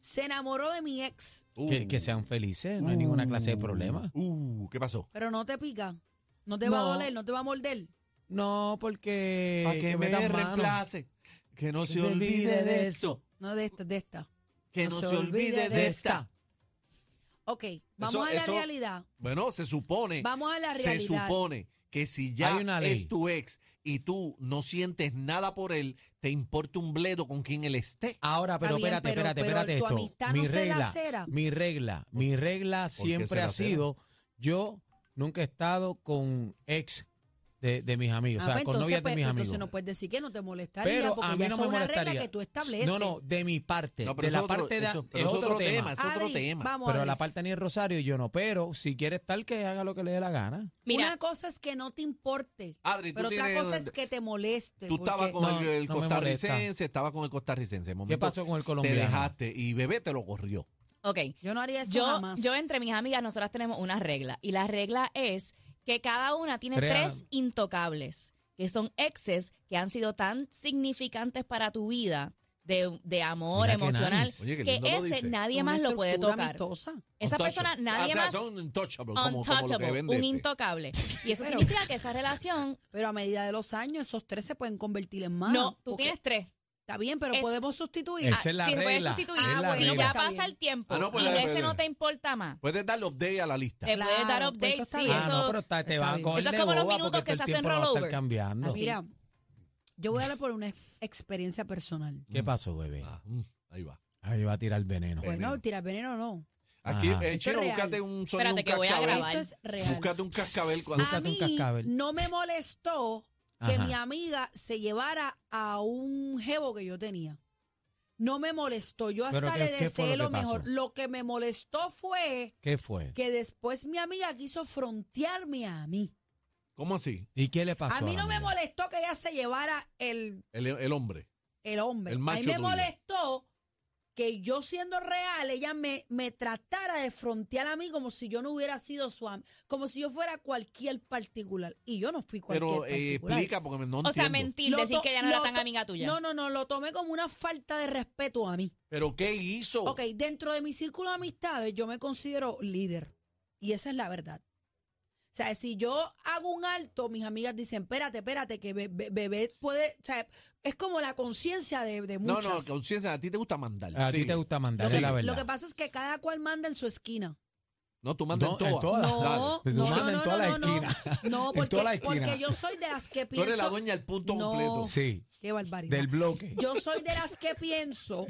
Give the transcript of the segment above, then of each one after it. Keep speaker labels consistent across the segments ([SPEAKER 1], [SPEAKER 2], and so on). [SPEAKER 1] se enamoró de mi ex,
[SPEAKER 2] Uh,
[SPEAKER 3] Que, que sean felices, no hay ninguna clase de problema.
[SPEAKER 2] Uh, ¿qué pasó?
[SPEAKER 1] pero no te pica. No te va
[SPEAKER 3] No.
[SPEAKER 1] a doler, no te va a morder.
[SPEAKER 3] No, porque.
[SPEAKER 2] Para Eh, que me
[SPEAKER 3] dan mano.
[SPEAKER 2] reemplace. Que no
[SPEAKER 3] Que
[SPEAKER 2] se
[SPEAKER 3] me
[SPEAKER 2] olvide de esto.
[SPEAKER 1] No de esta, de esta.
[SPEAKER 2] Que no se olvide de esta.
[SPEAKER 1] Ok, vamos a la
[SPEAKER 2] eso-
[SPEAKER 1] realidad.
[SPEAKER 2] Bueno, se supone.
[SPEAKER 1] Vamos a la
[SPEAKER 2] Se
[SPEAKER 1] realidad.
[SPEAKER 2] supone que si ya
[SPEAKER 3] Hay una ley.
[SPEAKER 2] es tu ex y tú no sientes nada por él, te importa un bledo con quien él esté.
[SPEAKER 3] Ahora, pero
[SPEAKER 1] Está bien,
[SPEAKER 3] espérate,
[SPEAKER 1] pero-
[SPEAKER 3] espérate,
[SPEAKER 1] pero
[SPEAKER 3] espérate
[SPEAKER 1] tu
[SPEAKER 3] esto.
[SPEAKER 1] amistad
[SPEAKER 3] mi
[SPEAKER 1] no se
[SPEAKER 3] regla,
[SPEAKER 1] lacera.
[SPEAKER 3] mi regla, mi regla
[SPEAKER 2] se
[SPEAKER 3] siempre ha
[SPEAKER 2] lacera?
[SPEAKER 3] sido, yo nunca he estado con ex de, de mis amigos,
[SPEAKER 1] Ah,
[SPEAKER 3] o sea,
[SPEAKER 1] pues,
[SPEAKER 3] con novias de
[SPEAKER 1] pues,
[SPEAKER 3] mis amigos.
[SPEAKER 1] entonces no puedes decir que no te molestaría,
[SPEAKER 3] pero
[SPEAKER 1] porque
[SPEAKER 3] a
[SPEAKER 1] ya
[SPEAKER 3] mí no
[SPEAKER 1] eso
[SPEAKER 3] me
[SPEAKER 1] es una regla
[SPEAKER 3] molestaría.
[SPEAKER 1] que tú estableces.
[SPEAKER 3] No, no, de mi parte,
[SPEAKER 2] No, pero
[SPEAKER 3] de
[SPEAKER 2] eso
[SPEAKER 3] la
[SPEAKER 2] es otro-
[SPEAKER 3] parte de
[SPEAKER 2] eso-
[SPEAKER 3] es
[SPEAKER 2] pero eso es
[SPEAKER 3] otro
[SPEAKER 2] otro
[SPEAKER 3] tema.
[SPEAKER 2] tema, eso- es otro
[SPEAKER 1] Adri,
[SPEAKER 2] tema.
[SPEAKER 1] Vamos,
[SPEAKER 3] Pero
[SPEAKER 1] Adri.
[SPEAKER 3] la parte ni el Rosario yo no, pero si quiere estar que haga lo que le dé la gana.
[SPEAKER 4] Mira, Ah,
[SPEAKER 1] Una cosa es que no te importe,
[SPEAKER 2] Adri, tú
[SPEAKER 1] pero otra
[SPEAKER 2] tienes-
[SPEAKER 1] cosa es que te moleste.
[SPEAKER 2] Tú
[SPEAKER 1] Eh, porque-
[SPEAKER 2] estabas con
[SPEAKER 3] No,
[SPEAKER 2] el, el
[SPEAKER 3] no me molesta.
[SPEAKER 2] costarricense, estabas con el costarricense. De momento
[SPEAKER 3] pasó con el
[SPEAKER 2] Te
[SPEAKER 3] colombiano?
[SPEAKER 2] dejaste y bebé te lo corrió.
[SPEAKER 4] ok.
[SPEAKER 1] Yo no haría eso
[SPEAKER 4] Yo,
[SPEAKER 1] jamás.
[SPEAKER 4] yo entre mis amigas, nosotras tenemos una regla. Y la regla es que cada una tiene
[SPEAKER 3] Crea-
[SPEAKER 4] tres intocables, que son exes que han sido tan significantes para tu vida de, de amor
[SPEAKER 3] Mira qué
[SPEAKER 4] emocional,
[SPEAKER 3] nice.
[SPEAKER 2] Oye, qué
[SPEAKER 4] que
[SPEAKER 2] lindo lo
[SPEAKER 4] ese
[SPEAKER 2] dice.
[SPEAKER 4] nadie
[SPEAKER 1] Son una
[SPEAKER 4] más lo puede
[SPEAKER 1] estructura
[SPEAKER 4] tocar.
[SPEAKER 1] amistosa.
[SPEAKER 4] Esa
[SPEAKER 2] Untouchable.
[SPEAKER 4] persona, nadie
[SPEAKER 2] Ah, o sea,
[SPEAKER 4] más.
[SPEAKER 2] son untouchable, como, como lo que
[SPEAKER 4] Untouchable,
[SPEAKER 2] vende
[SPEAKER 4] un
[SPEAKER 2] este.
[SPEAKER 4] intocable. Y eso
[SPEAKER 1] Pero-
[SPEAKER 4] significa que esa relación.
[SPEAKER 1] Pero a medida de los años, esos tres se pueden convertir en más.
[SPEAKER 4] no, tú
[SPEAKER 1] porque-
[SPEAKER 4] tienes Ah, tres.
[SPEAKER 1] Está bien, pero
[SPEAKER 4] Es-
[SPEAKER 1] podemos sustituir.
[SPEAKER 3] Esa es la
[SPEAKER 4] si se puede
[SPEAKER 3] regla,
[SPEAKER 4] sustituir,
[SPEAKER 3] es
[SPEAKER 1] Ah,
[SPEAKER 3] la
[SPEAKER 1] bueno,
[SPEAKER 4] si no
[SPEAKER 3] regla.
[SPEAKER 4] ya
[SPEAKER 1] Está
[SPEAKER 4] pasa
[SPEAKER 1] bien.
[SPEAKER 4] el tiempo
[SPEAKER 2] Ah, no, pues
[SPEAKER 4] y
[SPEAKER 2] dale,
[SPEAKER 4] ese
[SPEAKER 2] dale.
[SPEAKER 4] no te importa más.
[SPEAKER 2] Puedes darle update a la lista.
[SPEAKER 4] Te puedes dar
[SPEAKER 1] Claro, pues
[SPEAKER 4] update,
[SPEAKER 1] eso está
[SPEAKER 4] sí,
[SPEAKER 1] bien.
[SPEAKER 3] Ah,
[SPEAKER 4] eso.
[SPEAKER 3] no, pero está- te
[SPEAKER 1] está
[SPEAKER 3] van a
[SPEAKER 1] bien. Ah,
[SPEAKER 3] coger
[SPEAKER 4] Eso es
[SPEAKER 3] de
[SPEAKER 4] como los
[SPEAKER 3] boba
[SPEAKER 4] minutos
[SPEAKER 3] porque
[SPEAKER 4] que
[SPEAKER 3] todo el
[SPEAKER 4] se hacen
[SPEAKER 3] tiempo no va a estar
[SPEAKER 4] rollover.
[SPEAKER 3] cambiando.
[SPEAKER 4] Así.
[SPEAKER 1] Mira, yo voy a hablar por una experiencia personal.
[SPEAKER 3] ¿Qué pasó, bebé?
[SPEAKER 2] Ah, mm, ahí va.
[SPEAKER 3] Ahí va Ah, a tirar veneno.
[SPEAKER 1] Bueno, tirar veneno Pues, no.
[SPEAKER 2] Aquí,
[SPEAKER 3] Ajá.
[SPEAKER 2] eh,
[SPEAKER 1] Esto es
[SPEAKER 2] Chino,
[SPEAKER 1] real.
[SPEAKER 2] búscate un sonido,
[SPEAKER 4] Espérate
[SPEAKER 2] un
[SPEAKER 4] que voy a
[SPEAKER 2] cascabel.
[SPEAKER 4] grabar.
[SPEAKER 1] Esto es real. Ah,
[SPEAKER 2] Búscate un cascabel cuando
[SPEAKER 1] a
[SPEAKER 3] Búscate un
[SPEAKER 1] mí
[SPEAKER 3] cascabel.
[SPEAKER 1] no me molestó que
[SPEAKER 3] Ajá.
[SPEAKER 1] mi amiga se llevara a un jevo que yo tenía. No me molestó. Yo
[SPEAKER 3] ¿Pero
[SPEAKER 1] hasta
[SPEAKER 3] qué-
[SPEAKER 1] le
[SPEAKER 3] qué fue lo
[SPEAKER 1] deseé lo,
[SPEAKER 3] que pasó?
[SPEAKER 1] mejor. Lo que me molestó fue
[SPEAKER 3] ¿Qué fue?
[SPEAKER 1] que después mi amiga quiso frontearme a mí.
[SPEAKER 2] ¿Cómo así?
[SPEAKER 3] ¿Y qué le pasó?
[SPEAKER 1] a mí no me
[SPEAKER 3] amiga?
[SPEAKER 1] molestó que ella se llevara el,
[SPEAKER 2] El, el hombre.
[SPEAKER 1] el hombre.
[SPEAKER 2] El
[SPEAKER 1] a
[SPEAKER 2] macho
[SPEAKER 1] mí me
[SPEAKER 2] tuyo.
[SPEAKER 1] molestó que yo siendo real, ella me, me tratara de frontear a mí como si yo no hubiera sido su am- como si yo fuera cualquier particular. Y yo no fui cualquier
[SPEAKER 2] Pero eh,
[SPEAKER 1] particular.
[SPEAKER 2] explica porque no
[SPEAKER 4] O sea,
[SPEAKER 2] entiendo.
[SPEAKER 4] mentir,
[SPEAKER 1] Lo
[SPEAKER 4] decir
[SPEAKER 1] to-
[SPEAKER 4] que ella no era
[SPEAKER 1] lo
[SPEAKER 4] tan
[SPEAKER 1] to-
[SPEAKER 4] amiga tuya.
[SPEAKER 1] No, no, no, lo tomé como una falta de respeto a mí.
[SPEAKER 2] ¿Pero qué hizo?
[SPEAKER 4] Oh.
[SPEAKER 1] Ok, dentro de mi círculo de amistades yo me considero líder. Y esa es la verdad. O sea, si yo hago un alto, mis amigas dicen, espérate, espérate, que be- be- bebé puede... O sea, es como la conciencia de, de
[SPEAKER 2] No,
[SPEAKER 1] muchas.
[SPEAKER 2] no, conciencia, a ti te gusta mandar.
[SPEAKER 3] A ti
[SPEAKER 2] Sigue.
[SPEAKER 3] te gusta mandar,
[SPEAKER 1] lo,
[SPEAKER 3] es
[SPEAKER 1] que,
[SPEAKER 3] la
[SPEAKER 1] lo
[SPEAKER 3] verdad.
[SPEAKER 1] que pasa es que cada cual manda en su esquina.
[SPEAKER 2] No, tú mandas
[SPEAKER 3] No,
[SPEAKER 2] en todas.
[SPEAKER 3] en todas.
[SPEAKER 1] No,
[SPEAKER 2] Dale.
[SPEAKER 1] no,
[SPEAKER 3] Pues tú
[SPEAKER 1] no,
[SPEAKER 3] mandas en
[SPEAKER 1] no,
[SPEAKER 3] toda la
[SPEAKER 1] no, no,
[SPEAKER 3] esquina.
[SPEAKER 1] no,
[SPEAKER 3] En
[SPEAKER 1] porque,
[SPEAKER 3] toda la esquina.
[SPEAKER 1] porque yo soy de las que
[SPEAKER 2] Tú
[SPEAKER 1] pienso...
[SPEAKER 2] eres la dueña del punto
[SPEAKER 1] No.
[SPEAKER 2] completo. Ah,
[SPEAKER 3] Sí,
[SPEAKER 1] Qué barbaridad.
[SPEAKER 3] del bloque.
[SPEAKER 1] Yo soy de las que pienso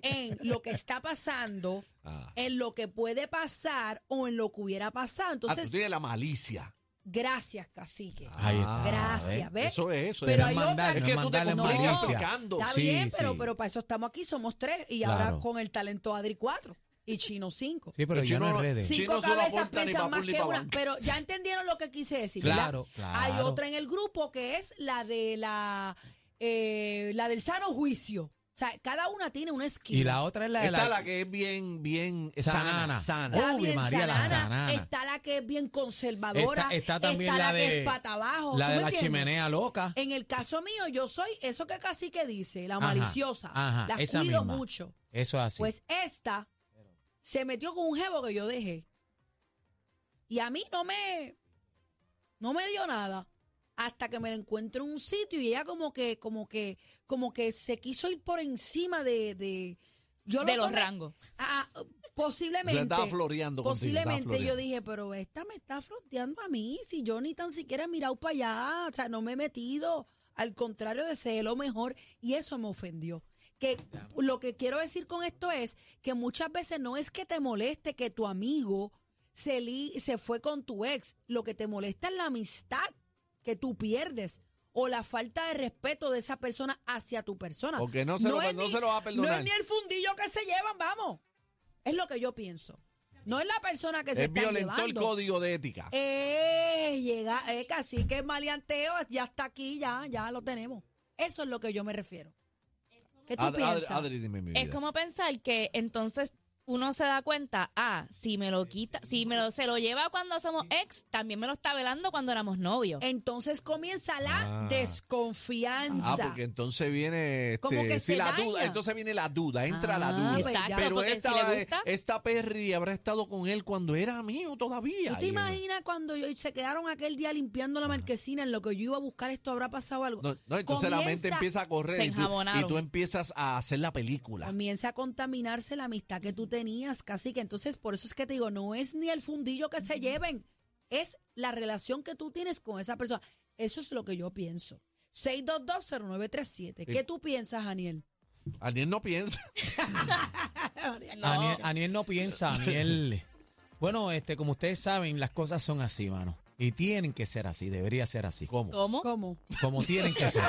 [SPEAKER 1] en lo que está pasando,
[SPEAKER 2] Ah.
[SPEAKER 1] en lo que puede pasar o en lo que hubiera pasado.
[SPEAKER 2] ah, tú
[SPEAKER 1] Entonces,
[SPEAKER 2] tienes la malicia.
[SPEAKER 1] gracias, cacique.
[SPEAKER 3] Ahí está.
[SPEAKER 1] Gracias, ¿ves?
[SPEAKER 2] Eso es, eso
[SPEAKER 1] Pero
[SPEAKER 2] es.
[SPEAKER 1] hay
[SPEAKER 3] mandar,
[SPEAKER 1] otras-
[SPEAKER 3] no
[SPEAKER 2] Es que tú te
[SPEAKER 3] mandar en
[SPEAKER 2] complicas
[SPEAKER 3] malicia.
[SPEAKER 2] picando.
[SPEAKER 1] Está
[SPEAKER 3] Sí,
[SPEAKER 1] bien, pero,
[SPEAKER 3] sí.
[SPEAKER 1] pero para eso estamos aquí, somos tres. Y ahora
[SPEAKER 3] Claro.
[SPEAKER 1] con el talento Adri cuatro y Chino cinco.
[SPEAKER 3] Sí, pero
[SPEAKER 2] El
[SPEAKER 3] ya
[SPEAKER 2] chino
[SPEAKER 3] no es
[SPEAKER 2] no-
[SPEAKER 3] redes.
[SPEAKER 2] sí.
[SPEAKER 1] Cinco
[SPEAKER 2] Chino solo
[SPEAKER 1] cabezas
[SPEAKER 2] apunta ni pa'
[SPEAKER 1] pesan más
[SPEAKER 2] pool ni
[SPEAKER 1] que
[SPEAKER 2] pa'
[SPEAKER 1] una.
[SPEAKER 2] banco.
[SPEAKER 1] Pero ya entendieron lo que quise decir.
[SPEAKER 3] Claro,
[SPEAKER 1] ¿verdad?
[SPEAKER 3] claro.
[SPEAKER 1] Hay otra en el grupo que es la de la, eh, la del sano juicio. O sea, cada una tiene una esquina.
[SPEAKER 3] Y la otra es la de
[SPEAKER 2] Está
[SPEAKER 3] la...
[SPEAKER 2] la que es bien, bien sana.
[SPEAKER 3] Sanana.
[SPEAKER 2] sana.
[SPEAKER 1] Está
[SPEAKER 3] Uy,
[SPEAKER 1] bien
[SPEAKER 3] María, la
[SPEAKER 1] sanana,
[SPEAKER 3] sanana.
[SPEAKER 1] está la que es bien conservadora,
[SPEAKER 3] Está- está también
[SPEAKER 1] está
[SPEAKER 3] la
[SPEAKER 1] que
[SPEAKER 3] de-
[SPEAKER 1] es pata abajo.
[SPEAKER 3] la
[SPEAKER 1] ¿tú
[SPEAKER 3] de
[SPEAKER 1] me
[SPEAKER 3] la
[SPEAKER 1] entiendes? Eh,
[SPEAKER 3] chimenea loca.
[SPEAKER 1] En el caso mío, yo soy eso que casi que dice, la
[SPEAKER 3] Ajá,
[SPEAKER 1] maliciosa,
[SPEAKER 3] ajá,
[SPEAKER 1] la
[SPEAKER 3] esa
[SPEAKER 1] cuido
[SPEAKER 3] misma.
[SPEAKER 1] mucho.
[SPEAKER 3] Eso es así.
[SPEAKER 1] Pues esta se metió con un jevo que yo dejé. Y a mí no me no me dio nada hasta que me la encuentro en un sitio y ella como que como que como que se quiso ir por encima de de yo
[SPEAKER 4] de
[SPEAKER 1] lo
[SPEAKER 4] los
[SPEAKER 1] tomé-
[SPEAKER 4] rangos.
[SPEAKER 1] Ah, ah,
[SPEAKER 2] O sea,
[SPEAKER 1] posiblemente.
[SPEAKER 2] estaba floreando contigo,
[SPEAKER 1] Posiblemente
[SPEAKER 2] estaba floreando.
[SPEAKER 1] yo dije, pero esta me está fronteando a mí, si yo ni tan siquiera he mirado para allá, o sea, no me he metido, al contrario, deseé lo mejor y eso me ofendió. Que lo que quiero decir con esto es que muchas veces no es que te moleste que tu amigo se, li- se fue con tu ex, lo que te molesta es la amistad que tú pierdes o la falta de respeto de esa persona hacia tu persona.
[SPEAKER 2] Porque no se lo-
[SPEAKER 1] es
[SPEAKER 2] no se lo va a
[SPEAKER 1] No
[SPEAKER 2] perdonar.
[SPEAKER 1] es ni el fundillo que se llevan, vamos. Es lo que yo pienso. No es la persona que se
[SPEAKER 2] Es
[SPEAKER 1] está
[SPEAKER 2] violentó el
[SPEAKER 1] llevando.
[SPEAKER 2] código de ética.
[SPEAKER 1] Eh, llega, eh, casi que es maleanteo, ya está aquí, ya, ya lo tenemos. Eso es lo que yo me refiero. ¿Qué tú
[SPEAKER 2] Ad- Ad-
[SPEAKER 1] piensas?
[SPEAKER 2] Adri, dime mi vida.
[SPEAKER 4] Es como pensar que entonces uno se da cuenta, ah, si me lo quita, si me lo, se lo lleva cuando somos ex, también me lo está velando cuando éramos novios.
[SPEAKER 1] Eh, Entonces comienza la
[SPEAKER 2] Ah.
[SPEAKER 1] desconfianza.
[SPEAKER 2] Ah, porque entonces viene este,
[SPEAKER 1] Como que
[SPEAKER 2] sí,
[SPEAKER 1] se
[SPEAKER 2] la
[SPEAKER 1] daña.
[SPEAKER 2] duda, entonces viene la duda, entra la
[SPEAKER 1] Ah,
[SPEAKER 2] duda.
[SPEAKER 1] pues
[SPEAKER 4] Exacto,
[SPEAKER 2] Pero
[SPEAKER 4] porque
[SPEAKER 2] esta,
[SPEAKER 4] si le gusta-
[SPEAKER 2] esta Perry habrá estado con él cuando era mío todavía.
[SPEAKER 1] ¿Tú te
[SPEAKER 2] Y-
[SPEAKER 1] imaginas cuando yo- se quedaron aquel día limpiando la marquesina en lo que yo iba a buscar esto habrá pasado algo?
[SPEAKER 2] No, no, entonces la mente empieza a correr
[SPEAKER 4] Se
[SPEAKER 2] y tú,
[SPEAKER 4] enjabonaron.
[SPEAKER 2] y tú empiezas a hacer la película.
[SPEAKER 1] comienza a contaminarse la amistad que tú tenías, casi que entonces por eso es que te digo, no es ni el fundillo que se lleven, es la relación que tú tienes con esa persona. Eso es lo que yo pienso. 6220937.
[SPEAKER 2] Sí.
[SPEAKER 1] ¿Qué tú piensas, Daniel?
[SPEAKER 2] Aniel no piensa.
[SPEAKER 4] No.
[SPEAKER 3] Aniel, Aniel no piensa, Aniel. Bueno, este, como ustedes saben, las cosas son así, mano. Y tienen que ser así, debería ser así.
[SPEAKER 2] ¿Cómo?
[SPEAKER 4] ¿Cómo?
[SPEAKER 1] ¿Cómo?
[SPEAKER 3] Como tienen que ser.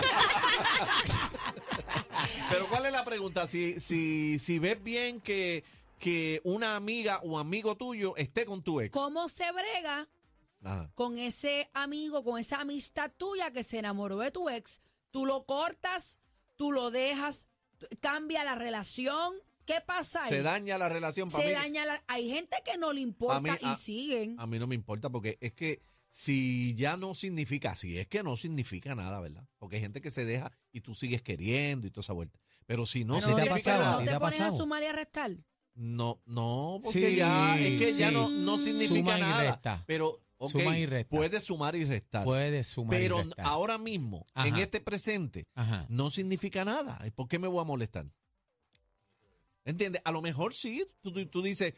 [SPEAKER 2] Pero ¿cuál es la pregunta? Si, si, si ves bien que, que una amiga o amigo tuyo esté con tu ex.
[SPEAKER 1] ¿Cómo se brega
[SPEAKER 2] Ajá.
[SPEAKER 1] con ese amigo, con esa amistad tuya que se enamoró de tu ex? ¿Tú lo cortas? ¿Tú lo dejas? ¿Cambia la relación? ¿Qué pasa ahí?
[SPEAKER 2] Se daña la relación. pa'
[SPEAKER 1] Se
[SPEAKER 2] mí-
[SPEAKER 1] daña la- Hay gente que no le
[SPEAKER 2] Pa'
[SPEAKER 1] importa
[SPEAKER 2] mí,
[SPEAKER 1] y
[SPEAKER 2] ah,
[SPEAKER 1] siguen.
[SPEAKER 2] A mí no me importa porque es que si ya no significa, si es que no significa nada, ¿verdad? Porque hay gente que se deja y tú sigues queriendo y toda esa vuelta. Pero si no
[SPEAKER 3] Pero
[SPEAKER 1] ¿No
[SPEAKER 3] te ha
[SPEAKER 1] te-
[SPEAKER 2] significa
[SPEAKER 3] pasado?
[SPEAKER 1] no
[SPEAKER 2] nada,
[SPEAKER 3] ¿A ti
[SPEAKER 1] te
[SPEAKER 3] te ha
[SPEAKER 1] pones a
[SPEAKER 3] pasado?
[SPEAKER 1] sumar y a restar?
[SPEAKER 2] no, no, porque
[SPEAKER 3] Sí,
[SPEAKER 2] ya es que ya
[SPEAKER 3] sí.
[SPEAKER 2] no, no significa
[SPEAKER 3] Suma y
[SPEAKER 2] nada.
[SPEAKER 3] resta.
[SPEAKER 2] Pero ok,
[SPEAKER 3] Suma y resta.
[SPEAKER 2] puedes sumar y restar.
[SPEAKER 3] Puedes sumar. y
[SPEAKER 2] pero
[SPEAKER 3] restar.
[SPEAKER 2] ahora mismo, en
[SPEAKER 3] Ajá.
[SPEAKER 2] este presente,
[SPEAKER 3] Ajá.
[SPEAKER 2] no significa nada. ¿Por qué me voy a molestar? ¿Entiendes? A lo mejor sí, tú, tú- tú dices,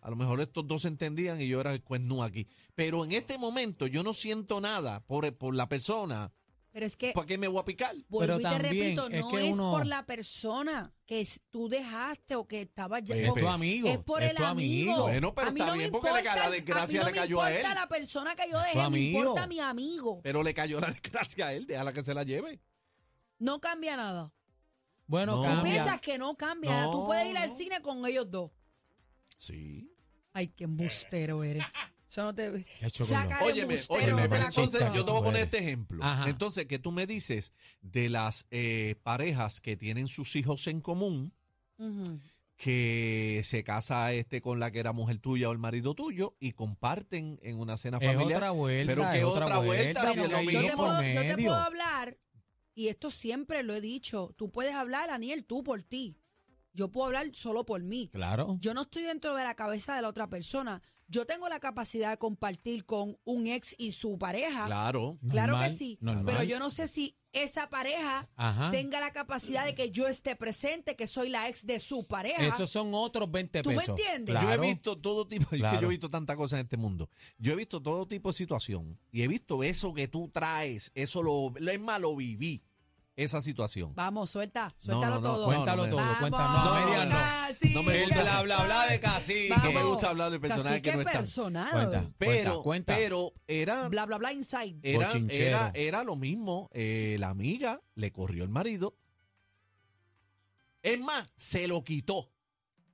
[SPEAKER 2] a lo mejor estos dos se entendían y yo era el cuernú aquí. Pero en este momento yo no siento nada por, por la persona.
[SPEAKER 1] Pero es que
[SPEAKER 2] ¿Para qué me voy a picar?
[SPEAKER 1] Vuelvo
[SPEAKER 3] Pero
[SPEAKER 1] y te
[SPEAKER 3] también
[SPEAKER 1] repito,
[SPEAKER 3] es
[SPEAKER 1] no
[SPEAKER 3] que
[SPEAKER 1] es
[SPEAKER 3] uno-
[SPEAKER 1] por la persona que es- tú dejaste o que estaba ya.
[SPEAKER 2] Es
[SPEAKER 1] o-
[SPEAKER 2] tu
[SPEAKER 3] Pues, amigo,
[SPEAKER 1] Es por
[SPEAKER 3] es
[SPEAKER 1] el
[SPEAKER 3] tu
[SPEAKER 1] amigo.
[SPEAKER 3] amigo.
[SPEAKER 2] Bueno, pero
[SPEAKER 1] A mí
[SPEAKER 2] está
[SPEAKER 1] no me
[SPEAKER 2] bien porque le
[SPEAKER 1] importa-
[SPEAKER 2] ca- la desgracia
[SPEAKER 1] a mí
[SPEAKER 2] le cayó a
[SPEAKER 1] No me importa
[SPEAKER 2] él.
[SPEAKER 1] la persona que yo
[SPEAKER 3] Es tu
[SPEAKER 1] dejé, me
[SPEAKER 3] amigo.
[SPEAKER 1] importa mi amigo.
[SPEAKER 2] Pero le cayó la desgracia a él, déjala que se la lleve.
[SPEAKER 1] No cambia nada.
[SPEAKER 3] Bueno,
[SPEAKER 2] No.
[SPEAKER 1] Tú
[SPEAKER 3] cambia.
[SPEAKER 1] piensas que no cambia nada. Tú puedes ir al
[SPEAKER 2] No.
[SPEAKER 1] cine con ellos dos.
[SPEAKER 2] Sí.
[SPEAKER 1] Ay, qué embustero eres. Eso no te...
[SPEAKER 3] Qué chocolate.
[SPEAKER 1] Saca- Cara de
[SPEAKER 2] Óyeme,
[SPEAKER 1] embustero,
[SPEAKER 2] óyeme,
[SPEAKER 3] de
[SPEAKER 2] pero
[SPEAKER 3] la
[SPEAKER 2] entonces
[SPEAKER 3] costa.
[SPEAKER 2] yo te voy a poner
[SPEAKER 3] Bueno.
[SPEAKER 2] este ejemplo.
[SPEAKER 3] Ajá.
[SPEAKER 2] Entonces, que tú me dices de las eh, parejas que tienen sus hijos en común,
[SPEAKER 1] Ujú.
[SPEAKER 2] que se casa este con la que era mujer tuya o el marido tuyo y comparten en una cena
[SPEAKER 3] Es
[SPEAKER 2] familiar.
[SPEAKER 3] otra vuelta.
[SPEAKER 2] Pero
[SPEAKER 3] es
[SPEAKER 2] que
[SPEAKER 3] otra
[SPEAKER 2] otra vuelta,
[SPEAKER 3] vuelta.
[SPEAKER 2] si es
[SPEAKER 3] porque
[SPEAKER 2] lo
[SPEAKER 3] hay
[SPEAKER 1] yo,
[SPEAKER 2] mismo.
[SPEAKER 1] te
[SPEAKER 3] hijos por
[SPEAKER 1] puedo, yo te puedo
[SPEAKER 3] medio.
[SPEAKER 1] hablar, y esto siempre lo he dicho, tú puedes hablar, Aniel, tú por ti. Yo puedo hablar solo por mí.
[SPEAKER 3] Claro.
[SPEAKER 1] Yo no estoy dentro de la cabeza de la otra persona. Yo tengo la capacidad de compartir con un ex y su pareja.
[SPEAKER 2] Claro.
[SPEAKER 1] Claro
[SPEAKER 3] Normal,
[SPEAKER 1] que sí.
[SPEAKER 3] normal.
[SPEAKER 1] Pero yo no sé si esa pareja
[SPEAKER 3] Ajá.
[SPEAKER 1] tenga la capacidad de que yo esté presente, que soy la ex de su pareja.
[SPEAKER 3] Esos son otros 20
[SPEAKER 1] ¿Tú me
[SPEAKER 3] pesos.
[SPEAKER 1] entiendes?
[SPEAKER 2] Yo
[SPEAKER 3] Claro.
[SPEAKER 2] he visto todo tipo, es que yo
[SPEAKER 3] Claro.
[SPEAKER 2] he visto tanta cosa en este mundo. Yo he visto todo tipo de situación y he visto eso que tú traes, eso lo, lo- es más, lo viví, esa situación.
[SPEAKER 1] Vamos, suelta,
[SPEAKER 2] No,
[SPEAKER 1] suéltalo
[SPEAKER 2] no, no,
[SPEAKER 1] todo.
[SPEAKER 3] Cuéntalo
[SPEAKER 2] no, no,
[SPEAKER 3] todo,
[SPEAKER 1] Vamos,
[SPEAKER 3] cuéntalo. No,
[SPEAKER 2] no,
[SPEAKER 3] medias no.
[SPEAKER 1] Cacique.
[SPEAKER 2] No me
[SPEAKER 3] El bla, bla, bla de cacique.
[SPEAKER 1] Vamos.
[SPEAKER 2] me gusta hablar de personajes que
[SPEAKER 1] Cacique
[SPEAKER 2] no están.
[SPEAKER 1] personal.
[SPEAKER 3] Cuenta,
[SPEAKER 2] Pero,
[SPEAKER 3] cuenta, cuenta.
[SPEAKER 2] pero era,
[SPEAKER 1] Bla, bla, bla, inside.
[SPEAKER 2] era,
[SPEAKER 3] Bochinchero.
[SPEAKER 2] era, era lo mismo. eh, la amiga le corrió el marido. Es más, se lo quitó.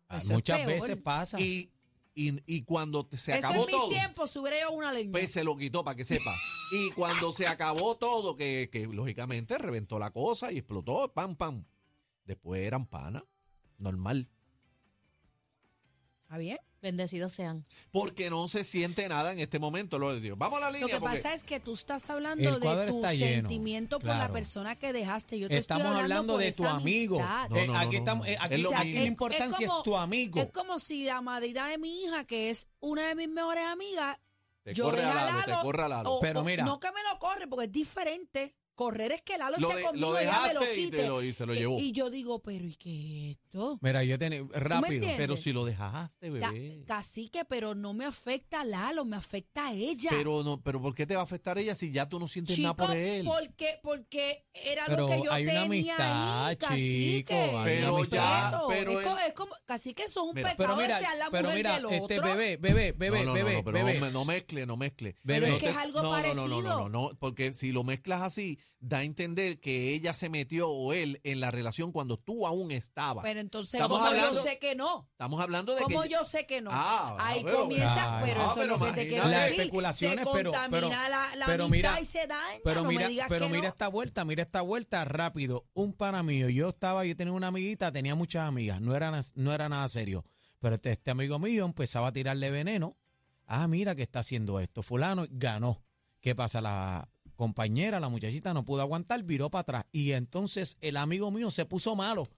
[SPEAKER 3] Ah,
[SPEAKER 1] Eso es
[SPEAKER 3] Muchas
[SPEAKER 1] peor.
[SPEAKER 3] veces pasa.
[SPEAKER 2] Y, y, y cuando te- se
[SPEAKER 1] Eso
[SPEAKER 2] acabó
[SPEAKER 1] en mis
[SPEAKER 2] todo,
[SPEAKER 1] tiempos hubiera yo una leña.
[SPEAKER 2] pues se lo quitó para que sepa. Y cuando se acabó todo, que, que lógicamente reventó la cosa y explotó, pam, pam. Después eran pana, normal.
[SPEAKER 1] ¿Está bien?
[SPEAKER 4] Bendecidos sean.
[SPEAKER 2] Porque no se siente nada en este momento, lo de Dios. Vamos a la
[SPEAKER 1] Lo
[SPEAKER 2] línea.
[SPEAKER 1] que
[SPEAKER 2] porque-
[SPEAKER 1] pasa es que tú estás
[SPEAKER 3] El
[SPEAKER 1] hablando de
[SPEAKER 3] cuadro
[SPEAKER 1] tu
[SPEAKER 3] está lleno,
[SPEAKER 1] sentimiento por la
[SPEAKER 3] claro.
[SPEAKER 1] persona que dejaste. Yo te
[SPEAKER 3] estamos
[SPEAKER 1] estoy
[SPEAKER 3] hablando,
[SPEAKER 1] hablando, por
[SPEAKER 3] de
[SPEAKER 1] esa
[SPEAKER 3] tu amigo.
[SPEAKER 1] amistad.
[SPEAKER 2] No,
[SPEAKER 3] Eh,
[SPEAKER 2] no, no,
[SPEAKER 3] aquí
[SPEAKER 2] no,
[SPEAKER 3] estamos,
[SPEAKER 2] no.
[SPEAKER 3] eh, aquí,
[SPEAKER 2] Es lo
[SPEAKER 3] aquí
[SPEAKER 2] mismo.
[SPEAKER 3] la importancia es,
[SPEAKER 1] como-
[SPEAKER 3] tu amigo.
[SPEAKER 1] Es como si la madrina de mi hija, que es una de mis mejores amigas,
[SPEAKER 2] Te
[SPEAKER 1] yo
[SPEAKER 2] corre
[SPEAKER 1] dejé
[SPEAKER 2] a
[SPEAKER 1] a
[SPEAKER 2] Lalo,
[SPEAKER 1] Lalo,
[SPEAKER 2] te corre a Lalo.
[SPEAKER 1] o-
[SPEAKER 3] Pero
[SPEAKER 1] o-
[SPEAKER 3] mira.
[SPEAKER 1] no que me lo corre, porque es diferente. Correr es que Lalo
[SPEAKER 2] Lo,
[SPEAKER 1] esté
[SPEAKER 2] de-
[SPEAKER 1] conmigo
[SPEAKER 2] lo
[SPEAKER 1] y ella me lo
[SPEAKER 2] dejaste y,
[SPEAKER 1] quite.
[SPEAKER 2] te lo, y se lo
[SPEAKER 1] Y-
[SPEAKER 2] llevó.
[SPEAKER 1] y yo digo, pero ¿y qué es esto?
[SPEAKER 3] Mira, yo tenía rápido.
[SPEAKER 1] entiendes?
[SPEAKER 2] pero si lo dejaste,
[SPEAKER 1] Ca-
[SPEAKER 2] bebé.
[SPEAKER 1] Cacique, pero no me afecta a Lalo, me afecta a ella.
[SPEAKER 2] Pero no, pero ¿por qué te va a afectar ella si ya tú no sientes
[SPEAKER 1] Chico,
[SPEAKER 2] nada por él?
[SPEAKER 1] Porque, porque era
[SPEAKER 3] Pero
[SPEAKER 1] lo que yo
[SPEAKER 3] hay una
[SPEAKER 1] tenía
[SPEAKER 3] amistad,
[SPEAKER 1] ahí, cacique.
[SPEAKER 3] chico, hay una
[SPEAKER 2] Pero amistad. ya, pero
[SPEAKER 1] es, como,
[SPEAKER 2] el-
[SPEAKER 1] es como, cacique, eso es un
[SPEAKER 2] Mira,
[SPEAKER 1] pecado desear la
[SPEAKER 3] pero
[SPEAKER 1] mujer
[SPEAKER 3] mira,
[SPEAKER 1] del otro.
[SPEAKER 3] este bebé, bebé, bebé,
[SPEAKER 2] no, no,
[SPEAKER 3] bebé,
[SPEAKER 2] no, no, pero
[SPEAKER 3] bebé.
[SPEAKER 2] hombre, no mezcle, no mezcle.
[SPEAKER 3] Pero
[SPEAKER 2] No
[SPEAKER 3] es que
[SPEAKER 2] te-
[SPEAKER 1] es algo
[SPEAKER 2] no, no, No, no, no,
[SPEAKER 1] parecido.
[SPEAKER 2] no, no, porque si lo mezclas así, da a entender que ella se metió o él en la relación cuando tú aún estabas.
[SPEAKER 1] Pero entonces,
[SPEAKER 2] Estamos
[SPEAKER 1] ¿cómo yo
[SPEAKER 2] hablando-
[SPEAKER 1] sé que no?
[SPEAKER 2] Estamos hablando de
[SPEAKER 1] ¿Cómo
[SPEAKER 2] que
[SPEAKER 1] yo sé que no?
[SPEAKER 2] Ah,
[SPEAKER 1] Ahí
[SPEAKER 2] pero-
[SPEAKER 1] comienza,
[SPEAKER 3] Ah,
[SPEAKER 1] pero
[SPEAKER 3] no,
[SPEAKER 1] eso es lo
[SPEAKER 2] pero
[SPEAKER 1] que te
[SPEAKER 2] imagínate.
[SPEAKER 1] quiero
[SPEAKER 2] Las
[SPEAKER 1] decir.
[SPEAKER 3] especulaciones,
[SPEAKER 1] se
[SPEAKER 3] pero-
[SPEAKER 1] contamina
[SPEAKER 3] pero-
[SPEAKER 1] la, la
[SPEAKER 3] pero
[SPEAKER 1] amistad
[SPEAKER 3] mira,
[SPEAKER 1] y se daña.
[SPEAKER 3] Pero
[SPEAKER 1] no
[SPEAKER 3] mira,
[SPEAKER 1] me digas
[SPEAKER 3] pero
[SPEAKER 1] que
[SPEAKER 3] mira
[SPEAKER 1] no.
[SPEAKER 3] esta vuelta, mira esta vuelta rápido. Un pana mío, yo estaba, yo tenía una amiguita, tenía muchas amigas, no era, nas- no era nada serio. Pero este, este amigo mío empezaba a tirarle veneno. Ah, mira que está haciendo esto. Fulano ganó. ¿Qué pasa? La compañera, la muchachita no pudo aguantar, viró para atrás. Y entonces el amigo mío se puso malo.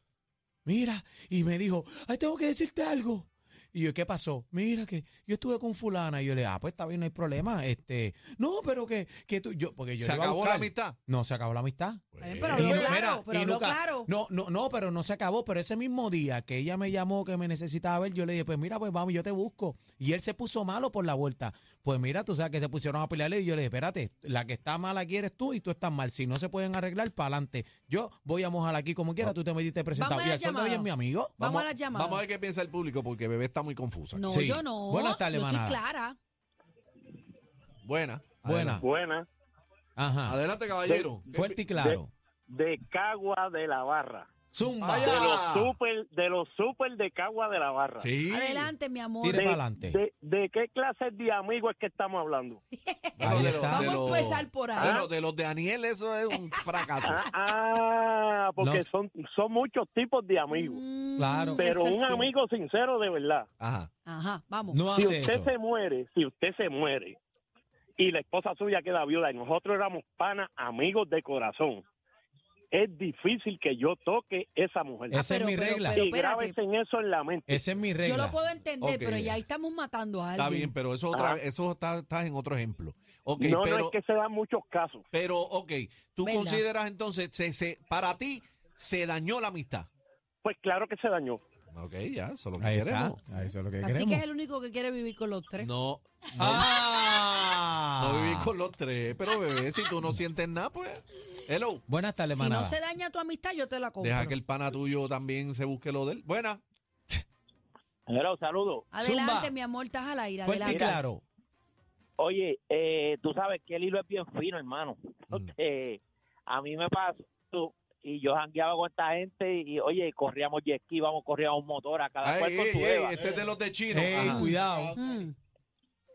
[SPEAKER 3] Mira, y me dijo, ay, tengo que decirte algo. Y yo, ¿qué pasó? Mira que yo estuve con fulana. Y yo le, ah, pues está bien, no hay problema. Este, no, pero que, que tú, yo, porque yo
[SPEAKER 2] se
[SPEAKER 3] le iba a
[SPEAKER 2] acabó la
[SPEAKER 3] buscar.
[SPEAKER 2] amistad.
[SPEAKER 3] No, se acabó la amistad.
[SPEAKER 1] Está bien, pero
[SPEAKER 3] Y
[SPEAKER 1] habló
[SPEAKER 3] no-
[SPEAKER 1] claro,
[SPEAKER 3] eh, mira,
[SPEAKER 1] pero
[SPEAKER 3] y
[SPEAKER 1] habló
[SPEAKER 3] nunca-
[SPEAKER 1] claro.
[SPEAKER 3] No, no, no, pero no se acabó. Pero ese mismo día que ella me llamó, que me necesitaba ver, yo le dije, pues mira, pues vamos, yo te busco. Y él se puso malo por la vuelta. Pues mira, tú sabes que se pusieron a pelearle y yo le dije, espérate, la que está mala aquí eres tú y tú estás mal. Si no se pueden arreglar, para adelante. Yo voy a mojar aquí como quiera, tú te metiste presentado.
[SPEAKER 1] Vamos a
[SPEAKER 3] Y
[SPEAKER 1] la
[SPEAKER 3] al sol de hoy
[SPEAKER 1] llamada.
[SPEAKER 3] es mi amigo.
[SPEAKER 1] Vamos a la llamada.
[SPEAKER 2] Vamos a ver qué piensa el público porque bebé está muy confusa.
[SPEAKER 1] No,
[SPEAKER 3] Sí.
[SPEAKER 1] yo no.
[SPEAKER 3] Buenas tardes,
[SPEAKER 1] yo estoy
[SPEAKER 3] manada.
[SPEAKER 1] clara.
[SPEAKER 2] Buena.
[SPEAKER 3] Buena.
[SPEAKER 2] Adelante,
[SPEAKER 5] Buena,
[SPEAKER 3] Ajá.
[SPEAKER 2] Adelante, caballero.
[SPEAKER 3] Fuerte y claro.
[SPEAKER 5] de Cagua de la Barra.
[SPEAKER 3] Zumba.
[SPEAKER 2] Vaya.
[SPEAKER 5] De
[SPEAKER 2] Ah.
[SPEAKER 5] los super, de los super de Cagua de la Barra.
[SPEAKER 2] Sí.
[SPEAKER 1] Adelante, mi amor.
[SPEAKER 3] Tire
[SPEAKER 5] De,
[SPEAKER 3] para adelante.
[SPEAKER 5] de- de qué clase de amigos es que estamos hablando?
[SPEAKER 2] Bueno,
[SPEAKER 3] Ahí
[SPEAKER 2] de
[SPEAKER 3] está.
[SPEAKER 2] los- de
[SPEAKER 1] Vamos
[SPEAKER 2] los-
[SPEAKER 1] a empezar por ahí.
[SPEAKER 2] Bueno, de los de Aniel, eso es un fracaso.
[SPEAKER 5] Ah, ah, porque
[SPEAKER 3] No.
[SPEAKER 5] son, son muchos tipos de amigos.
[SPEAKER 1] Mm,
[SPEAKER 3] Claro.
[SPEAKER 5] Pero
[SPEAKER 1] eso es
[SPEAKER 5] un
[SPEAKER 1] cierto.
[SPEAKER 5] amigo sincero de verdad.
[SPEAKER 2] Ajá.
[SPEAKER 1] Ajá, vamos.
[SPEAKER 3] No
[SPEAKER 5] Si
[SPEAKER 3] hace
[SPEAKER 5] usted
[SPEAKER 3] eso.
[SPEAKER 5] se muere, si usted se muere y la esposa suya queda viuda y nosotros éramos panas, amigos de corazón. Es difícil que yo toque esa mujer.
[SPEAKER 3] Esa es
[SPEAKER 1] Ah, pero-
[SPEAKER 3] mi
[SPEAKER 1] pero-
[SPEAKER 3] regla.
[SPEAKER 1] pero-
[SPEAKER 5] y grábese en eso en la mente.
[SPEAKER 3] Esa es mi regla.
[SPEAKER 1] Yo lo puedo entender,
[SPEAKER 2] Ok.
[SPEAKER 1] pero ya estamos matando a alguien.
[SPEAKER 2] Está bien, pero eso, otra,
[SPEAKER 5] Ah.
[SPEAKER 2] eso está, estás en otro ejemplo. Ok,
[SPEAKER 5] no,
[SPEAKER 2] pero,
[SPEAKER 5] no es que se dan muchos casos.
[SPEAKER 2] pero, ok, tú
[SPEAKER 1] ¿Verdad?
[SPEAKER 2] consideras entonces, se, se- para ti, se dañó la amistad.
[SPEAKER 5] Pues claro que se dañó.
[SPEAKER 2] Ok, ya, eso es lo que
[SPEAKER 3] Ahí
[SPEAKER 2] pues,
[SPEAKER 3] está.
[SPEAKER 2] queremos.
[SPEAKER 3] Ahí Eso es lo que
[SPEAKER 1] Así que es
[SPEAKER 3] queremos.
[SPEAKER 1] el único que quiere vivir con los tres.
[SPEAKER 2] No, no,
[SPEAKER 3] ¡Ah!
[SPEAKER 2] no vivir con los tres, pero bebé, si tú no sientes nada, pues, hello.
[SPEAKER 3] Buenas tardes,
[SPEAKER 1] si
[SPEAKER 3] manada.
[SPEAKER 1] no se daña tu amistad, yo te la compro.
[SPEAKER 2] Deja que el pana tuyo también se busque lo de él. Buena.
[SPEAKER 5] Pero saludo.
[SPEAKER 1] Adelante,
[SPEAKER 3] Zumba.
[SPEAKER 1] mi amor, estás al aire.
[SPEAKER 3] Fuerte y
[SPEAKER 1] Adelante.
[SPEAKER 3] claro.
[SPEAKER 5] Oye, eh, tú sabes que el hilo es bien fino, hermano. Eh, a mí me pasó y yo jangueaba con esta gente y, oye, corríamos jet ski, vamos, corríamos motor a cada
[SPEAKER 2] Ay,
[SPEAKER 5] cual con
[SPEAKER 2] ey,
[SPEAKER 5] su
[SPEAKER 2] ey,
[SPEAKER 5] jeva.
[SPEAKER 2] este es de los de chino.
[SPEAKER 3] Ey,
[SPEAKER 2] Ajá.
[SPEAKER 3] cuidado.
[SPEAKER 1] Mm.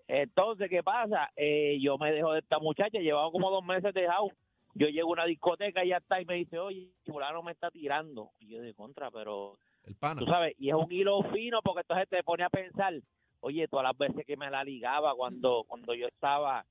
[SPEAKER 5] Entonces, ¿qué pasa? Eh, yo me dejo de esta muchacha, llevaba como dos meses dejado. Yo llego a una discoteca y ya está y me dice, oye, fulano me está tirando. Y yo de contra, pero
[SPEAKER 2] El pana.
[SPEAKER 5] tú sabes, y es un hilo fino porque entonces te pone a pensar, oye, todas las veces que me la ligaba cuando cuando yo estaba,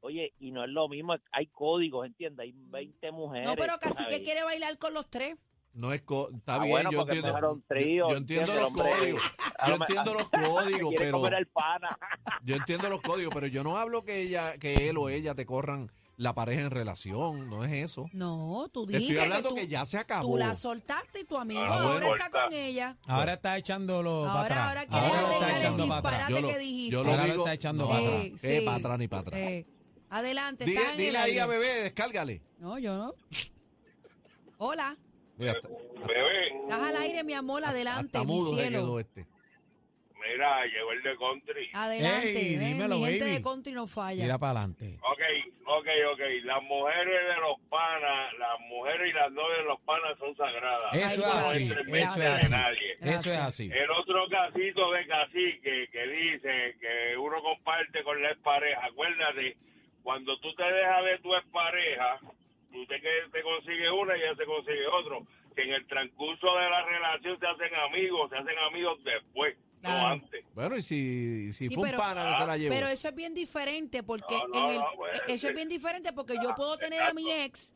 [SPEAKER 5] oye, y no es lo mismo, hay códigos, ¿entiendes? Hay 20 mujeres.
[SPEAKER 1] No, pero
[SPEAKER 5] tú
[SPEAKER 1] casi que
[SPEAKER 5] sabes.
[SPEAKER 1] quiere bailar con los tres.
[SPEAKER 2] No es co- está
[SPEAKER 5] Ah,
[SPEAKER 2] bien,
[SPEAKER 5] bueno,
[SPEAKER 2] yo
[SPEAKER 5] porque
[SPEAKER 2] entiendo.
[SPEAKER 5] empezaron
[SPEAKER 2] yo-
[SPEAKER 5] tríos,
[SPEAKER 2] yo entiendo
[SPEAKER 5] ¿entiendes,
[SPEAKER 2] los
[SPEAKER 5] hombre?
[SPEAKER 2] códigos.
[SPEAKER 5] A
[SPEAKER 2] Yo
[SPEAKER 5] lo me-
[SPEAKER 2] entiendo los
[SPEAKER 5] Se
[SPEAKER 2] códigos,
[SPEAKER 5] quiere
[SPEAKER 2] pero
[SPEAKER 5] comer el pana.
[SPEAKER 2] yo entiendo los códigos, pero yo no hablo que ella, que él o ella te corran la pareja en relación, no es eso.
[SPEAKER 1] No, tú
[SPEAKER 2] Te
[SPEAKER 1] dijiste
[SPEAKER 2] estoy hablando
[SPEAKER 1] tú,
[SPEAKER 2] que, ya se
[SPEAKER 1] tú
[SPEAKER 2] acabó.
[SPEAKER 1] la soltaste y tu amigo
[SPEAKER 2] Ah,
[SPEAKER 1] ahora
[SPEAKER 2] bueno.
[SPEAKER 1] está con ella.
[SPEAKER 3] Ahora está echándolo para
[SPEAKER 1] Ahora-
[SPEAKER 3] atrás.
[SPEAKER 1] ahora quieres
[SPEAKER 3] ahora lo
[SPEAKER 1] arreglar
[SPEAKER 3] está
[SPEAKER 1] el
[SPEAKER 3] echando para atrás.
[SPEAKER 1] disparate
[SPEAKER 2] Yo lo-
[SPEAKER 1] que dijiste.
[SPEAKER 2] Yo lo
[SPEAKER 3] Ahora lo
[SPEAKER 2] digo-
[SPEAKER 3] está echando
[SPEAKER 2] no,
[SPEAKER 3] para
[SPEAKER 2] no,
[SPEAKER 3] atrás.
[SPEAKER 1] Eh,
[SPEAKER 2] eh,
[SPEAKER 1] sí.
[SPEAKER 2] para atrás ni para atrás.
[SPEAKER 1] Eh, adelante,
[SPEAKER 2] Dile,
[SPEAKER 1] estás en el
[SPEAKER 2] dile ahí
[SPEAKER 1] aire.
[SPEAKER 2] a bebé, descárgale.
[SPEAKER 1] No, yo no. Hola,
[SPEAKER 2] Mira, hasta,
[SPEAKER 1] estás al aire, mi amor, adelante,
[SPEAKER 2] hasta
[SPEAKER 1] mi
[SPEAKER 2] mudo se quedó
[SPEAKER 1] cielo.
[SPEAKER 2] este.
[SPEAKER 6] Mira, llegó el de country.
[SPEAKER 1] Adelante,
[SPEAKER 3] Ey,
[SPEAKER 1] ven,
[SPEAKER 3] dímelo,
[SPEAKER 1] mi gente
[SPEAKER 3] baby.
[SPEAKER 1] de country no falla.
[SPEAKER 3] Tira para adelante.
[SPEAKER 6] Ok, ok, ok. Las mujeres de los panas, las mujeres y las novias de los panas son sagradas. No
[SPEAKER 3] Eso es
[SPEAKER 1] Ahí va.
[SPEAKER 3] así.
[SPEAKER 6] entre
[SPEAKER 1] Gracias.
[SPEAKER 3] Eso es
[SPEAKER 6] mente de
[SPEAKER 3] así.
[SPEAKER 6] nadie.
[SPEAKER 3] Eso es
[SPEAKER 1] Gracias.
[SPEAKER 3] así.
[SPEAKER 6] El otro casito de cacique que dice que uno comparte con la expareja. Acuérdate, cuando tú te dejas de tu expareja, tú te, que- te consigues una y ella se consigue otro. Que en el transcurso de la relación se hacen amigos, se hacen amigos después,
[SPEAKER 1] Claro.
[SPEAKER 6] no antes.
[SPEAKER 2] Bueno, y si, si
[SPEAKER 1] Sí,
[SPEAKER 2] fue
[SPEAKER 1] pero- ah,
[SPEAKER 2] un pana que se la llevó.
[SPEAKER 1] Pero eso es bien diferente porque
[SPEAKER 6] No, no,
[SPEAKER 1] en el- eh,
[SPEAKER 6] no, pues,
[SPEAKER 1] eso es
[SPEAKER 6] sí.
[SPEAKER 1] bien diferente porque yo puedo tener a mi ex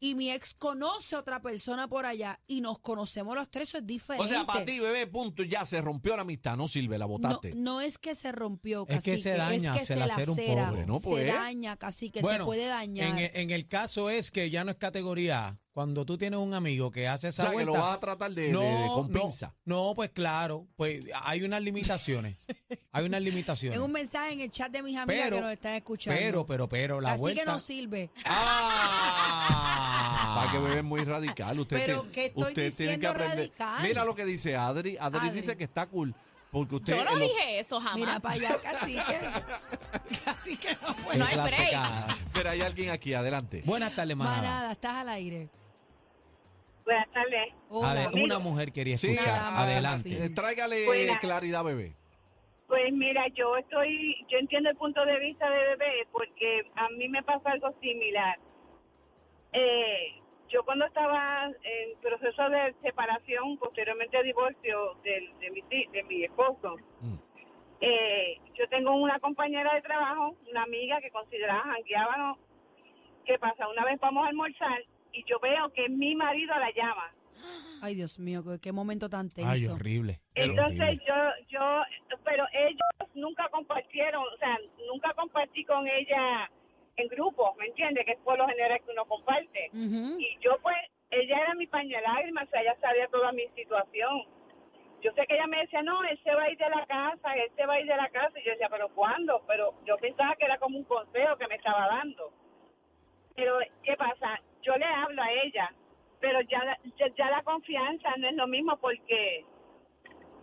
[SPEAKER 1] y mi ex conoce a otra persona por allá y nos conocemos los tres, eso es diferente.
[SPEAKER 2] o sea, para ti, bebé, punto, ya se rompió la amistad, no sirve, la
[SPEAKER 1] no,
[SPEAKER 2] botaste.
[SPEAKER 1] no es que se rompió,
[SPEAKER 3] Es que
[SPEAKER 1] cacique,
[SPEAKER 3] se daña,
[SPEAKER 1] es que
[SPEAKER 3] se
[SPEAKER 1] se,
[SPEAKER 3] lacera un
[SPEAKER 1] lacera,
[SPEAKER 3] poco.
[SPEAKER 2] Bueno, pues.
[SPEAKER 1] se daña, casi que se puede dañar.
[SPEAKER 3] En, e- en el caso es que ya no es categoría A. Cuando tú tienes un amigo que hace
[SPEAKER 2] o
[SPEAKER 3] esa
[SPEAKER 2] sea, que
[SPEAKER 3] vuelta,
[SPEAKER 2] lo vas a tratar de, de- de- con pinza.
[SPEAKER 3] No, pues claro, pues hay unas limitaciones. hay unas limitaciones.
[SPEAKER 1] Tengo un mensaje en el chat de mis amigas
[SPEAKER 3] pero,
[SPEAKER 1] que nos están escuchando.
[SPEAKER 3] pero, pero, pero, la
[SPEAKER 1] Así
[SPEAKER 3] vuelta.
[SPEAKER 1] que no sirve.
[SPEAKER 2] ¡Ah! Para que bebé muy radical. Usted
[SPEAKER 1] Pero
[SPEAKER 2] tiene-
[SPEAKER 1] que estoy
[SPEAKER 2] usted tiene que
[SPEAKER 1] diciendo
[SPEAKER 2] aprender.
[SPEAKER 1] radical.
[SPEAKER 2] Mira lo que dice Adri. Adri,
[SPEAKER 1] Adri.
[SPEAKER 2] dice que está cool. Porque usted.
[SPEAKER 4] Yo no
[SPEAKER 2] en los-
[SPEAKER 4] dije eso jamás.
[SPEAKER 1] Mira para allá, casi que, casi que no puede.
[SPEAKER 4] no hay
[SPEAKER 3] clase
[SPEAKER 4] break.
[SPEAKER 3] cada-
[SPEAKER 2] Pero hay alguien aquí, adelante.
[SPEAKER 3] Buenas tardes, manada.
[SPEAKER 1] Manada, estás al aire.
[SPEAKER 7] Buenas tardes.
[SPEAKER 1] Hola.
[SPEAKER 3] Ade- una mujer quería
[SPEAKER 2] Sí,
[SPEAKER 3] escuchar.
[SPEAKER 1] Nada más,
[SPEAKER 3] Adelante.
[SPEAKER 1] Rafi.
[SPEAKER 2] Eh, Tráigale
[SPEAKER 7] Buenas.
[SPEAKER 2] claridad, bebé.
[SPEAKER 7] Pues mira, yo estoy, yo entiendo el punto de vista de bebé porque a mí me pasó algo similar. Eh, yo cuando estaba en proceso de separación, posteriormente a divorcio de, de, mi, ti- de mi esposo,
[SPEAKER 2] Mm.
[SPEAKER 7] eh, yo tengo una compañera de trabajo, una amiga que consideraba jangueábamos, que pasa una vez vamos a almorzar y yo veo que mi marido la llama.
[SPEAKER 1] Ay, Dios mío, qué, qué momento tan tenso.
[SPEAKER 3] Ay, horrible.
[SPEAKER 7] Entonces
[SPEAKER 3] Horrible.
[SPEAKER 7] yo, yo, pero ellos nunca compartieron, o sea, nunca compartí con ella en grupo, ¿me entiendes? Que es por lo general que uno comparte.
[SPEAKER 1] Ujú.
[SPEAKER 7] Y yo pues, ella era mi pañalágrima, o sea, ella sabía toda mi situación. Yo sé que ella me decía, no, él se va a ir de la casa, él se va a ir de la casa. Y yo decía, pero ¿cuándo? Pero yo pensaba que era como un consejo que me estaba dando. Pero, ¿qué pasa? Yo le hablo a ella, pero ya, la- ya, ya la confianza no es lo mismo porque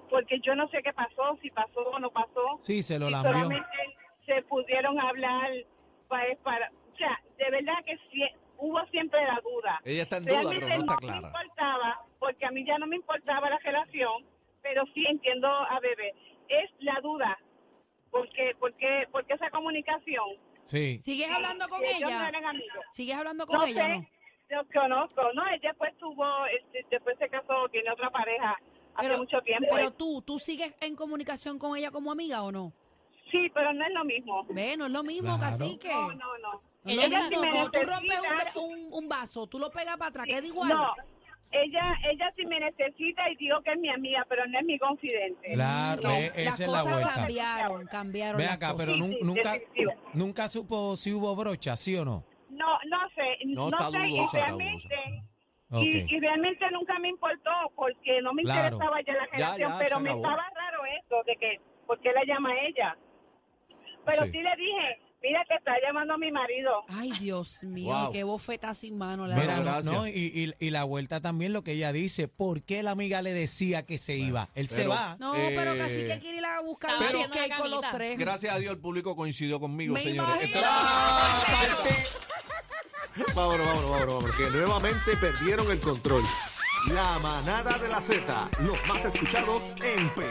[SPEAKER 7] porque yo no sé qué pasó, si pasó o no pasó.
[SPEAKER 3] Sí, se lo
[SPEAKER 7] Y
[SPEAKER 3] lambió.
[SPEAKER 7] solamente se pudieron hablar para, para... O sea, de verdad que sí, hubo siempre la duda.
[SPEAKER 2] Ella está en duda,
[SPEAKER 7] Realmente
[SPEAKER 2] pero no está
[SPEAKER 7] me
[SPEAKER 2] clara.
[SPEAKER 7] importaba, porque a mí ya no me importaba la relación, pero sí entiendo a Bebé. Es la duda, porque porque porque esa comunicación.
[SPEAKER 3] Sí.
[SPEAKER 1] ¿Sigues hablando con
[SPEAKER 7] si ellos no
[SPEAKER 1] ella?
[SPEAKER 7] eran amigos.
[SPEAKER 1] ¿Sigues hablando con
[SPEAKER 7] no
[SPEAKER 1] ella?
[SPEAKER 7] sé,
[SPEAKER 1] no?
[SPEAKER 7] los conozco, no, él después tuvo, este, después se casó, tiene otra pareja hace mucho tiempo.
[SPEAKER 1] Pero tú, ¿tú sigues en comunicación con ella como amiga o no?
[SPEAKER 7] Sí, pero no es lo mismo.
[SPEAKER 1] Ve, no es lo mismo,
[SPEAKER 3] Claro.
[SPEAKER 1] cacique.
[SPEAKER 7] No, no, no.
[SPEAKER 1] No es
[SPEAKER 4] Ella
[SPEAKER 1] lo
[SPEAKER 4] sí
[SPEAKER 1] mismo,
[SPEAKER 7] me
[SPEAKER 1] cuando tú rompes un,
[SPEAKER 7] necesita.
[SPEAKER 1] bre- un, un vaso, tú lo pegas para atrás, queda igual.
[SPEAKER 7] No, ella, ella sí me necesita y digo que es mi amiga, pero no es mi confidente.
[SPEAKER 3] Claro,
[SPEAKER 1] No,
[SPEAKER 3] eh,
[SPEAKER 1] las
[SPEAKER 3] esa es la
[SPEAKER 1] cosas
[SPEAKER 3] vuelta.
[SPEAKER 1] cambiaron, cambiaron.
[SPEAKER 3] Ve
[SPEAKER 1] las
[SPEAKER 3] acá,
[SPEAKER 1] cosas.
[SPEAKER 3] pero
[SPEAKER 7] Sí,
[SPEAKER 3] nun-
[SPEAKER 7] sí,
[SPEAKER 3] nunca,
[SPEAKER 7] definitivo.
[SPEAKER 3] nunca supo si hubo brocha, ¿sí o no?
[SPEAKER 7] No, no sé,
[SPEAKER 2] No,
[SPEAKER 7] no,
[SPEAKER 2] está
[SPEAKER 7] sé,
[SPEAKER 2] dudosa,
[SPEAKER 7] y
[SPEAKER 2] está
[SPEAKER 7] realmente,
[SPEAKER 3] dudosa.
[SPEAKER 7] y-
[SPEAKER 3] Ok.
[SPEAKER 7] y, realmente nunca me importó porque no me
[SPEAKER 3] Claro.
[SPEAKER 7] interesaba ya la
[SPEAKER 2] Ya,
[SPEAKER 7] relación,
[SPEAKER 2] ya,
[SPEAKER 7] pero
[SPEAKER 2] se
[SPEAKER 7] me
[SPEAKER 2] acabó.
[SPEAKER 7] estaba raro eso de que, ¿por qué la llama ella? Pero
[SPEAKER 2] Sí.
[SPEAKER 7] sí, le dije, mira que está llamando a mi marido.
[SPEAKER 1] Ay, Dios mío,
[SPEAKER 2] Wow.
[SPEAKER 1] qué bofeta sin mano le
[SPEAKER 3] Mira,
[SPEAKER 1] ha
[SPEAKER 2] Bueno,
[SPEAKER 1] dado.
[SPEAKER 2] gracias.
[SPEAKER 3] no, no, y, y- y la vuelta también lo que ella dice, ¿por qué la amiga le decía que se iba? Él se
[SPEAKER 2] pero-
[SPEAKER 3] va.
[SPEAKER 1] No, pero
[SPEAKER 2] Eh,
[SPEAKER 1] cacique quiere ir a buscar un
[SPEAKER 4] Estaba
[SPEAKER 2] haciendo
[SPEAKER 1] cheesecake
[SPEAKER 4] la
[SPEAKER 1] con los
[SPEAKER 4] camita.
[SPEAKER 1] tres.
[SPEAKER 2] Gracias a Dios el público coincidió conmigo,
[SPEAKER 1] Me
[SPEAKER 2] señores.
[SPEAKER 1] imagino.
[SPEAKER 2] ¡Ah, parte!
[SPEAKER 8] Vámonos, vámonos, vámonos, vámonos, que nuevamente perdieron el control. La manada de la Z, los más escuchados en Perú.